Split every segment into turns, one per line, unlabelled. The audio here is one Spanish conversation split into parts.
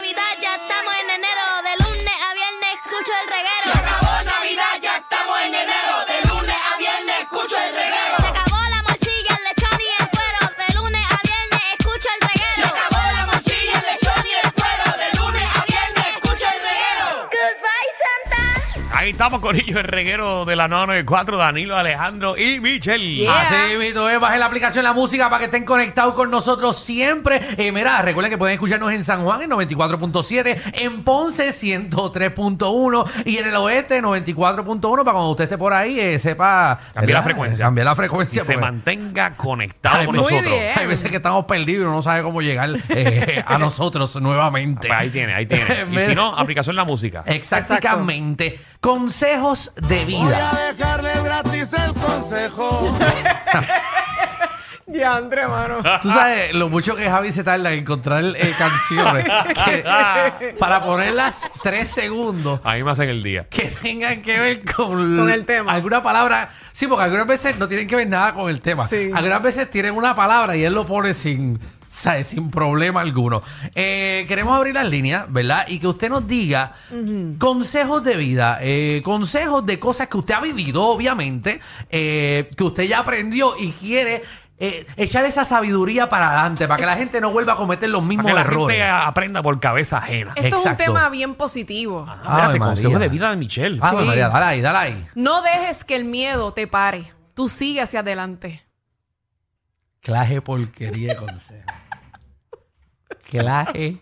Navidad, ya estamos en enero. De lunes a viernes escucho el reguero.
Se acabó Navidad, ya estamos en enero. De lunes a viernes escucho el reguero.
Se acabó la morcilla, el lechón y el cuero. De lunes a viernes escucho el
Se
reguero.
acabó la morcilla, el lechón y el cuero. De lunes a viernes escucho el reguero.
Goodbye, Santa.
Ahí estamos, Corillo, el reguero de la 994, Danilo, Alejandro y Ah, Michelle.
Así mismo es, bajen la aplicación La Música para que estén conectados con nosotros siempre. Eh, mira, recuerden que pueden escucharnos en San Juan en 94.7, en Ponce 103.1 y en el oeste 94.1 para cuando usted esté por ahí eh, sepa...
Cambie
¿verdad?
la frecuencia.
Cambie la
Y
frecuencia.
se
porque
mantenga conectado
Ay,
con
muy
nosotros.
bien.
Hay veces que estamos perdidos y uno no sabe cómo llegar eh, a nosotros nuevamente.
Pues ahí tiene, ahí tiene. Y
Mira.
si no, aplicación la música.
Eh. Exactamente. Consejos de vida.
dejarle gratis el consejo.
Diantre, hermano.
Tú sabes lo mucho que Javi se tarda en encontrar eh, canciones que- para ponerlas tres segundos
Ahí me hacen el día.
que tengan que ver con,
Con el tema.
Alguna palabra. Sí, porque algunas veces no tienen que ver nada con el tema.
Sí.
Algunas veces tienen una palabra y él lo pone sin, ¿sabes? sin problema alguno. Eh, queremos abrir las líneas, ¿verdad? Y que usted nos diga consejos de vida, eh, consejos de cosas que usted ha vivido, obviamente, eh, que usted ya aprendió y quiere. eh, echar esa sabiduría para adelante, para que la gente no vuelva a cometer los mismos
Para que la
errores.
gente aprenda por cabeza ajena.
Esto es un
Exacto.
tema bien positivo.
Ah, espérate,
Ay, María.
consejo de vida de Michelle.
Vamos,
Sí.
María, dale ahí, dale ahí.
No dejes que el miedo te pare. Tú sigue hacia adelante.
Claje porquería de consejo. Claje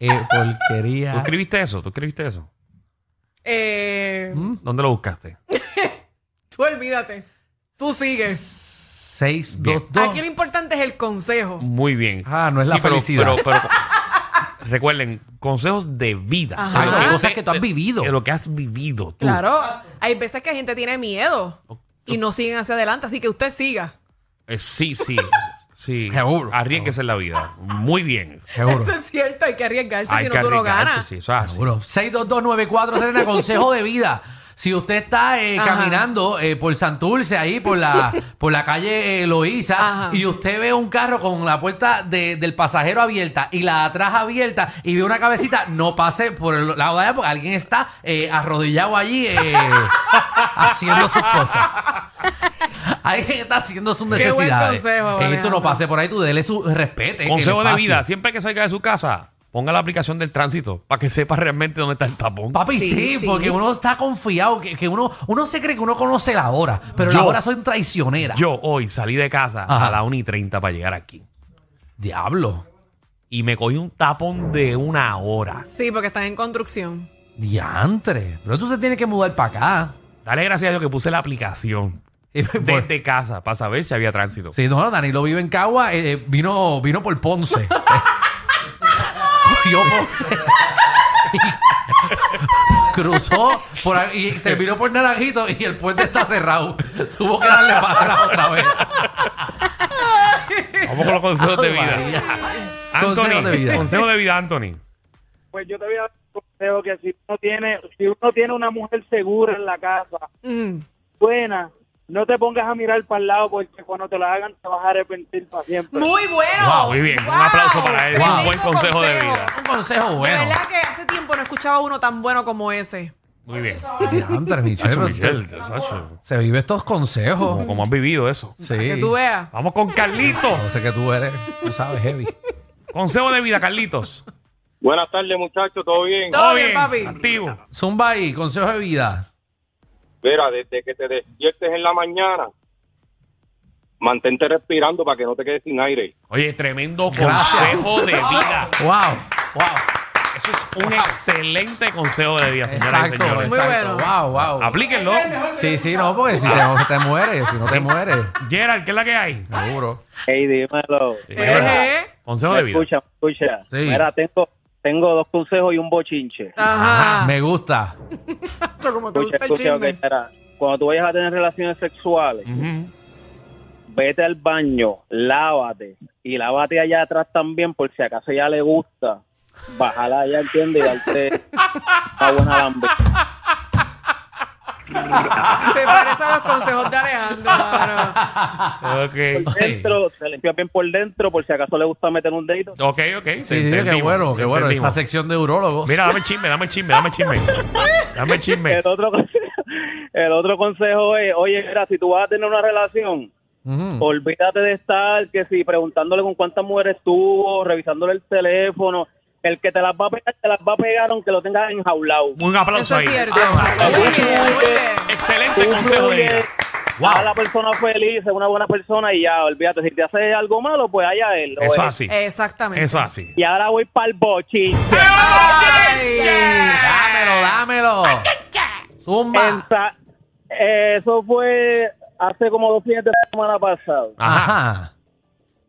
eh,
¿Tú
porquería.
escribiste eso? ¿Tú escribiste eso?
Eh,
¿Mm?
¿Dónde lo buscaste?
Tú olvídate. Tú sigue.
622.
Aquí lo importante es el consejo.
Muy bien.
Ah, no es la
pero-
felicidad.
Pero, pero- recuerden, consejos de vida.
Ajá.
O sea,
Cosas
usted-
Ah, que tú has vivido.
de Lo que has vivido. tú.
Claro. Hay veces que la gente tiene miedo y no siguen hacia adelante. Así que usted siga.
Eh, sí, sí. sí.
Seguro.
Arriesguese en la vida. Muy bien.
Seguro.
Eso es cierto. Hay que arriesgarse
Hay
si
que
no tú no
arriesgarse,
ganas.
sí, eso es así.
Seguro. 62294 Serena, consejo de vida. Si usted está eh,
Ajá.
caminando eh, por Santurce, ahí por la, por la calle eh, Loíza,
Ajá.
y usted ve un carro con la puerta de- del pasajero abierta y la de atrás abierta y ve una cabecita, no pase por el lado de allá porque alguien está eh, arrodillado allí eh, haciendo sus cosas. Alguien está haciendo sus
buen
necesidades.
consejo,
Eh, tú
Alejandro.
no pase por ahí, tú dele su respeto. eh,
Consejo de vida, siempre que salga de su casa, ponga la aplicación del tránsito para que sepa realmente dónde está el tapón.
Papi,
Sí,
sí,
sí.
porque uno está confiado, que, que uno, uno se cree que uno conoce la hora, pero
Yo.
la hora son traicioneras.
Yo hoy salí de casa
Ajá.
a la 1 y 30 para llegar aquí
Diablo,
y me cogí un tapón de una hora.
Sí, porque están en construcción.
diantre. Pero tú te tienes que mudar para acá.
Dale gracias a Dios que puse la aplicación
Eh, por-
desde casa para saber si había tránsito.
Sí, no, Danilo vive en Cagua, eh, eh, vino, vino por Ponce. Yo Ponce. Cruzó por ahí y terminó por Naranjito y el puente está cerrado. Tuvo que darle para atrás otra vez.
Vamos con los consejos de
Ay,
vida.
María.
Anthony,
Consejo de vida.
consejo de vida, Anthony.
Pues yo te voy a dar un consejo que si uno tiene, si uno tiene una mujer segura en la casa,
Mm.
buena, no te pongas a mirar para el lado porque cuando te la hagan te vas a arrepentir para siempre.
Muy bueno.
Wow, muy bien. Un aplauso para él.
Qué
Un
lindo
buen consejo de vida.
Un consejo
De
bueno.
verdad que hace tiempo no escuchaba uno tan bueno como ese.
Muy bien.
Diantre, Michelle,
Sacho,
pero
Michelle, Sacho,
Se vive estos consejos.
como, como has vivido eso.
Sí.
Que tú veas.
Vamos con
No
Carlitos.
sé que tú eres, tú sabes, heavy.
Consejo de vida, Carlitos.
Buenas tardes, muchachos, ¿todo bien?
Todo bien, papi.
Activo.
Zumba ahí, consejo de vida.
Mira, desde que te despiertes en la mañana, mantente respirando para que no te quedes sin aire.
Oye, tremendo
Gracias.
consejo de vida.
Wow, wow.
Eso es un excelente consejo de vida, señoras y
Exacto,
señores.
Muy
exacto.
bueno.
Wow, wow.
Aplíquenlo.
Sí, sí, no, porque si te, te mueres, si no te mueres,
Gerald, ¿qué es la que
Eh,
hay?
seguro.
Hey, dímelo.
Ejé.
Consejo
Me
de vida.
escucha, me escucha.
Sí.
Mira, tengo, tengo dos consejos y un bochinche.
Ajá.
Me gusta.
Esto como te gusta
Escucha,
el
escucha, ok,
chisme.
mira, cuando tú vayas a tener relaciones sexuales,
Ujú.
vete al baño, lávate y lávate allá atrás también por si acaso ya le gusta. Bájala allá, ¿entiendes? Y darte una buena alambre.
Se parece a los consejos de Alejandro. mano.
Ok.
Por dentro, se limpia bien por dentro por si acaso le gusta meter un dedito.
Ok, ok.
Sí, sí, qué bueno, qué bueno. Esta sección de urólogos.
Mira, dame chisme, dame chisme, dame chisme. Dame chisme.
El otro, consejo- el otro consejo es, oye, mira, si tú vas a tener una relación,
Ujú.
Oh.
Olvídate de estar que si preguntándole con cuántas mujeres estuvo, revisándole el teléfono, el que te las va a pegar, te las va a pegar aunque lo tengas enjaulado.
Un aplauso
Eso es
ahí.
cierto.
Ah,
Muy bien, muy bien.
Excelente consejo de vida. Wow.
A la persona feliz, es una buena persona y ya, olvídate. Si te hace algo malo, pues allá él. o
Eso
él.
así.
Eh, Exactamente.
Eso así.
Y ahora voy para el bochi.
Ay.
Dámelo, dámelo. Zumba.
Esa- Eso fue hace como dos fines de semana pasado.
Ajá.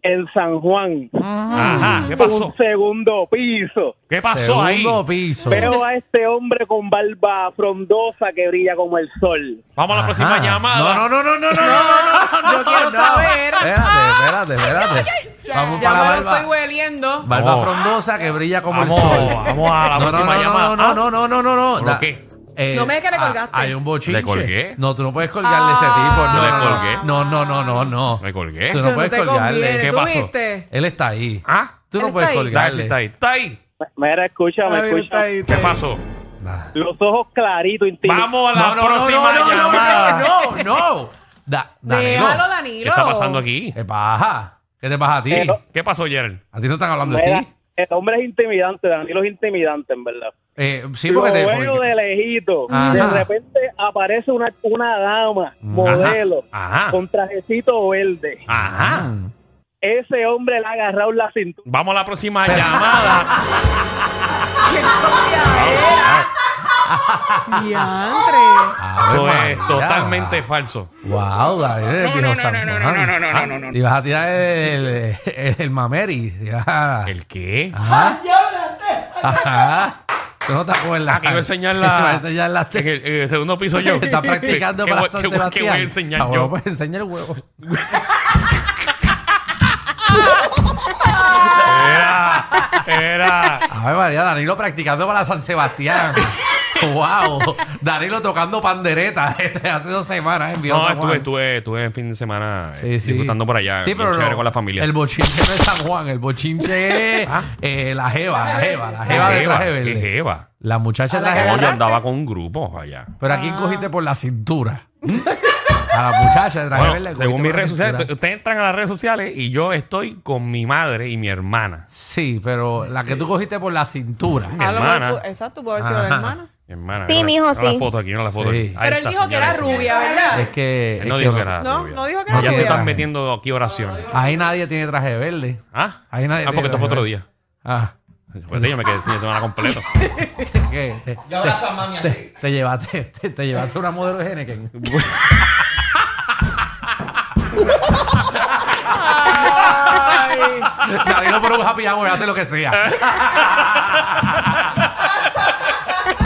En San Juan,
Ajá. Ah, ¿Qué pasó?
un segundo piso.
¿Qué pasó ahí?
Segundo piso.
Veo a este hombre con barba frondosa que brilla como el sol.
Vamos a la próxima
Ajá.
llamada.
No, no, no, no, no, no, no, no, no.
Yo quiero saber.
Espérate, espérate, espérate. Vamos
Ya
para
me
la
lo estoy
barba.
hueliendo.
Barba
Oh.
frondosa que brilla como el
Vamos,
sol.
vamos a la
No, no,
próxima
no,
llamada. Ah,
No, no, no, no, no, no, no.
¿Pero
Da-
qué?
eh,
No me digas que le
ah,
colgaste.
Hay un bochinche.
¿Le colgué?
No, tú no puedes colgarle a ese
Ah.
tipo.
¿Le
No, no,
colgué?
no, no, no, no, no.
Me colgué.
Tú
Eso
no
no
puedes
te
colgarle.
conviene.
¿Qué
¿Tú
pasó?
viste?
Él está ahí.
¿Ah?
Tú no
Él
puedes
está ahí.
Está ahí,
colgarle.
está ahí. Está ahí.
Mira, escúchame,
Ay, está
escúchame.
ahí, está
¿Qué
ahí.
pasó?
Nah.
Los ojos claritos, intimes.
Vamos a
No,
la
no, no,
próxima
no, no, no,
llamada.
No, no, no. Da- Danilo,
Déjalo,
¿Qué
Danilo.
está pasando aquí?
¿Qué pasa? ¿Qué te pasa a ti?
Pero-
¿Qué pasó, Gerald?
A ti no están hablando de
Mira,
ti.
el hombre es intimidante, Danilo es intimidante, en verdad.
Eh, sí,
Lo
porque te.
veo
porque-
de lejito.
Ajá.
De repente aparece una, una dama, modelo,
Ajá.
con trajecito verde.
Ajá.
Ah.
Ese hombre le ha agarrado la cintura.
Vamos a la próxima llamada.
¡Qué chopeadera! ¡Diantre!
Ave
Eso es
María.
Pues totalmente falso.
Wow, David, el viejo San Juan. Ah, Te ibas a tirar el, el, el mameri. Ya.
¿El qué?
Ajá. Ajá. Tú no te acuerdas.
Ah, que iba a enseñar
Te iba
la.
a enseñar las
en el, en el segundo piso yo.
Te Está practicando
¿Qué-
para
qué-
San
qué-
Sebastián.
¿Qué voy a enseñar
Ah, bueno,
yo?
pues enseña el huevo.
Era. Era.
A ver, María, Danilo practicando para San Sebastián. wow. Danilo tocando pandereta este, hace dos semanas en Viejo
No,
San Juan.
estuve, estuve, estuve en fin de semana eh,
Sí, sí.
disfrutando por allá.
Sí,
bien
pero
chévere
no,
con la familia.
El bochinche no es San Juan, el bochinche es
Ah.
eh, la jeva, la jeva, la
¿Qué
jeva de
jeva?
traje
¿Qué
verde.
jeva?
La muchacha
A
de
la
traje
que
No,
verde.
yo
agarraste?
andaba con un grupo allá.
Pero aquí cogiste por la cintura. A la muchacha de traje
¿Mm? Bueno,
verde.
según mis
cogiste por la
redes sociales,
cintura.
ustedes entran a las redes sociales y yo estoy con mi madre y mi hermana.
Sí, pero la que tú cogiste por la cintura.
Mi
A lo mejor
hermana.
pu- Exacto, puede haber sido la
Ajá.
hermana.
Mi hermana.
Sí,
Mira,
mijo,
mira
sí.
la foto aquí, mira la foto
Sí.
aquí. Ahí
Pero él
está, Este-
dijo que era
señores.
rubia, ¿verdad?
Es que.
Él
es
no
que
dijo que era
No,
rubia.
no dijo que
No,
Ya te
era
que
rubia.
estás
era.
metiendo aquí oraciones.
Ahí nadie tiene traje verde.
¿Ah?
Ahí nadie
Ah, porque
tiene
esto fue otro
traje
día.
Ah.
Pues sí, yo me quedé el fin de semana completo.
¿Qué? Te,
Yo abrazo a mami
te-
así.
te llevaste, te, te llevaste una modelo de Henneken.
Ay.
Danilo por un happy hour hace lo que sea.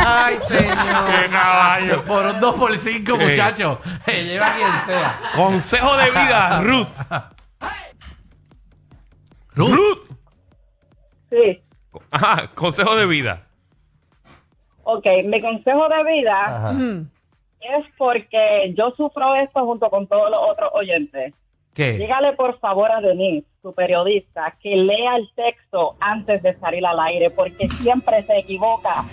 Ay, señor.
¡Qué caballo!
Por un 2 por 5
Sí.
muchachos. Se lleva a quien sea.
Consejo de vida, Ruth.
Ruth.
Ruth.
Sí,
Ajá, consejo de vida.
ok. Mi consejo de vida es porque yo sufro esto junto con todos los otros oyentes.
¿Qué?
Dígale por favor a Denise, su periodista, que lea el texto antes de salir al aire porque siempre se equivoca.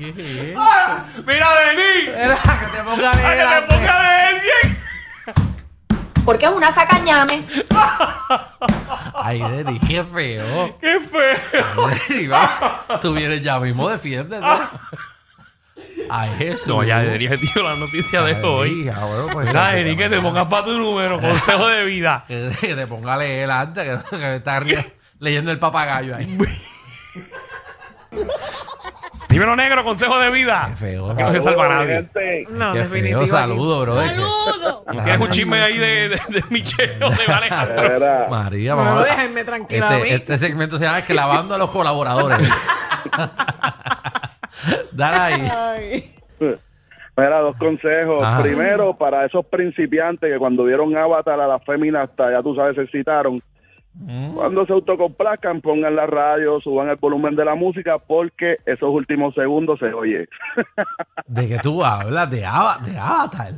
¡Mira, Denis!
Era que te ponga
¡Para que te
adelante.
ponga de él bien!
porque es una sacañame.
Ay, Deni, qué feo.
¡Qué feo!
Deni, va. Tú vienes ya mismo, defiéndete. Ay, Jesús.
No, ya debería tío la noticia de
Ay,
hoy.
hija, bueno, pues,
Nada,
mira,
Eri, que te pongas para tu número, consejo de vida.
Que, que te ponga a leer antes, que, no- que está ri- leyendo el papagayo ahí.
Dímelo negro, consejo de vida.
Qué feo.
Que no se salva nadie.
No,
Qué
definitivo.
feo, saludo, bro.
Tienes un chisme ahí de, de, de Michelle o de Alejandro.
María,
No,
vamos a-
déjenme tranquila a mí.
este, este segmento se llama Esclavando a los colaboradores. Dale ahí.
Ay.
Mira, dos consejos.
Ajá.
Mm.
Primero, para esos principiantes que cuando vieron Avatar a las féminas, hasta ya tú sabes, se excitaron.
Mm.
Cuando se autocomplazcan, pongan la radio, suban el volumen de la música, porque esos últimos segundos se oye.
De que tú hablas de, Ava- de Avatar.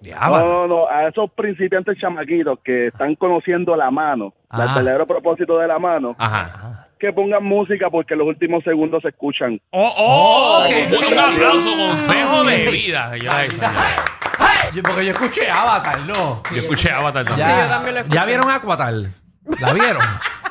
De
Ah,
No,
Avatar.
no, no, a esos principiantes chamaquitos que están conociendo la mano, la-
Ah.
el verdadero propósito de la mano,
Ajá.
que pongan música porque los últimos segundos se escuchan.
Oh, oh,
Oh,
que-
qué
un
feo.
aplauso, consejo de vida. señora esa.
Yo- porque yo escuché Avatar, ¿no?
Yo escuché Avatar también.
Ya,
yo también lo escuché.
¿Ya vieron Aquatar? ¿La vieron?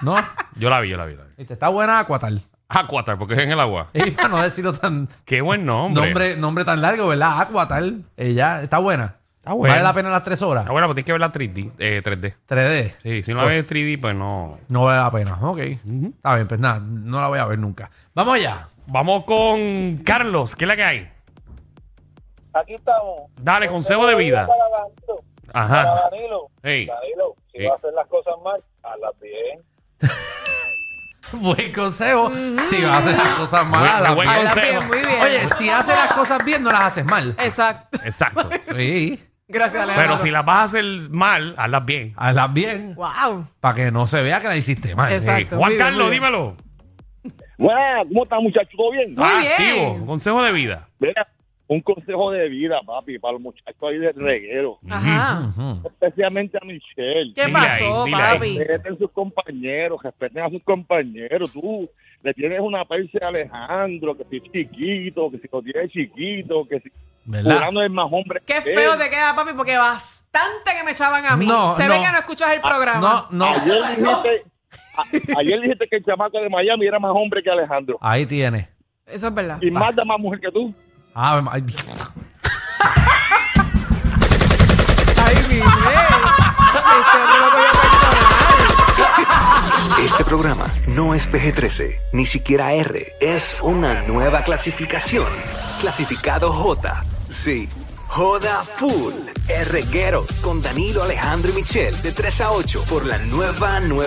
¿No?
Yo la vi, yo la vi. la vi.
Viste, Está buena Aquatar.
Aquatar, porque es en el agua.
Y para no decirlo tan...
Qué buen nombre.
Nombre, nombre tan largo, ¿verdad? Aquatal. Ella está buena.
Está buena.
Vale la pena las tres horas.
Ah, bueno, pues tienes que ver la 3D, eh, 3D.
3D.
Sí, si no
Oh.
la ves 3D, pues no.
No vale la pena. Ok. Está bien, pues nada, no la voy a ver nunca. Vamos allá.
Vamos con Carlos, ¿qué es la que hay?
Aquí estamos. Este
Dale, consejo de vida.
Para Danilo.
Ajá.
Para Danilo.
Ey.
Danilo, si
Ey.
vas a hacer las cosas mal, hazlas bien.
Buen consejo. Si vas a hacer las cosas mal,
Buen-
hazlas
buen
bien.
consejo.
Bien, muy bien.
Oye, si haces las cosas bien, no las haces mal.
Exacto.
Exacto.
Sí.
Gracias, Alejandro.
Pero si las vas a hacer mal, hazlas bien.
Hazlas bien
Wow.
para que no se vea que la hiciste mal.
Exacto.
Ey, Juan
Muy bien,
Carlos,
muy bien.
dímelo.
Buenas, ¿cómo están muchachos? ¿Todo bien?
Ah.
Muy bien.
Activo, consejo de vida.
Mira, un consejo de vida, papi, para los muchachos ahí del reguero.
Ajá.
Especialmente a Michelle.
Ah. ¿Qué
Dile pasó, ahí, dile ahí. papi?
Respeten sus compañeros, respeten a sus compañeros. Tú le tienes una perse a Alejandro, que si es chiquito, que si lo tienes chiquito, que si...
¿Verdad?
Fulano es más hombre
Qué
que
feo
él.
te queda, papi, porque bastante que me echaban a mí.
No,
Se
no.
ve que no escuchas el
No,
programa.
no.
Ayer dijiste, a- ayer dijiste que el chamaco de Miami era más hombre que Alejandro.
Ahí tienes.
Eso es verdad.
Y Magda más mujer que tú.
Ah, ay,
Ay, mi Dios. Este hombre lo cogió personal.
Este programa no es PG-13, ni siquiera R. Es una nueva clasificación. Clasificado J. Sí. Joda Full. R. Reguero con Danilo Alejandro y Michel de 3 a 8 por la nueva nueva.